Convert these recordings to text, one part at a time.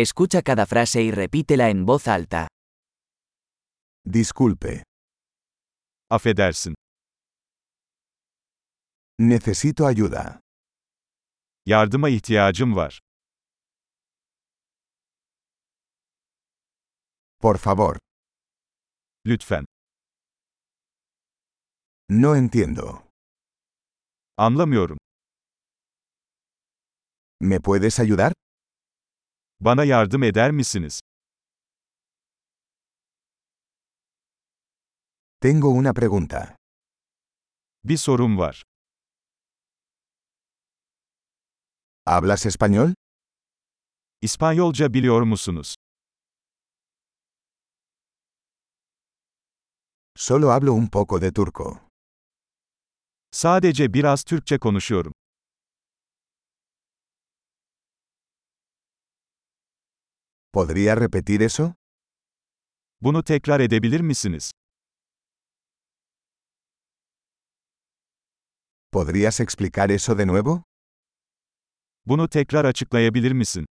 Escucha cada frase y repítela en voz alta. Disculpe, Affedersin. necesito ayuda. Yardıma ihtiyacım var. Por favor, Lütfen. no entiendo. Anlamıyorum. ¿Me puedes ayudar? Bana yardım eder misiniz? Tengo una pregunta. Bir sorum var. ¿Hablas español? İspanyolca biliyor musunuz? Solo hablo un poco de turco. Sadece biraz Türkçe konuşuyorum. ¿Podría repetir eso? Bunu tekrar edebilir misiniz? ¿Podrías explicar eso de nuevo? Bunu tekrar açıklayabilir misin?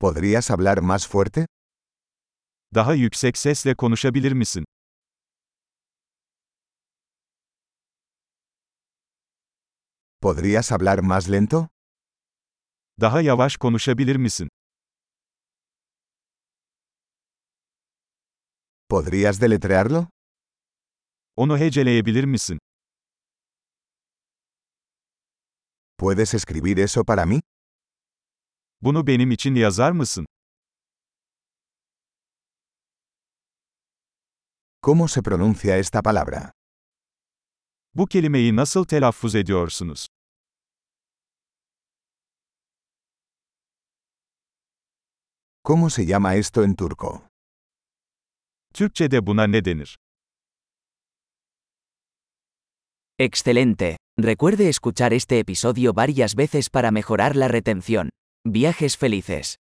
¿Podrías hablar más fuerte? Daha yüksek sesle konuşabilir misin? ¿Podrías hablar más lento? Daha yavaş konuşabilir misin? ¿Podrías deletrearlo? Onu heceleyebilir misin? ¿Puedes escribir eso para mí? Bunu benim için yazar mısın? ¿Cómo se pronuncia esta palabra? Bu kelimeyi nasıl telaffuz ediyorsunuz? ¿Cómo se llama esto en turco? Türkçede buna ne denir? Excelente. Recuerde escuchar este episodio varias veces para mejorar la retención. Viajes felices.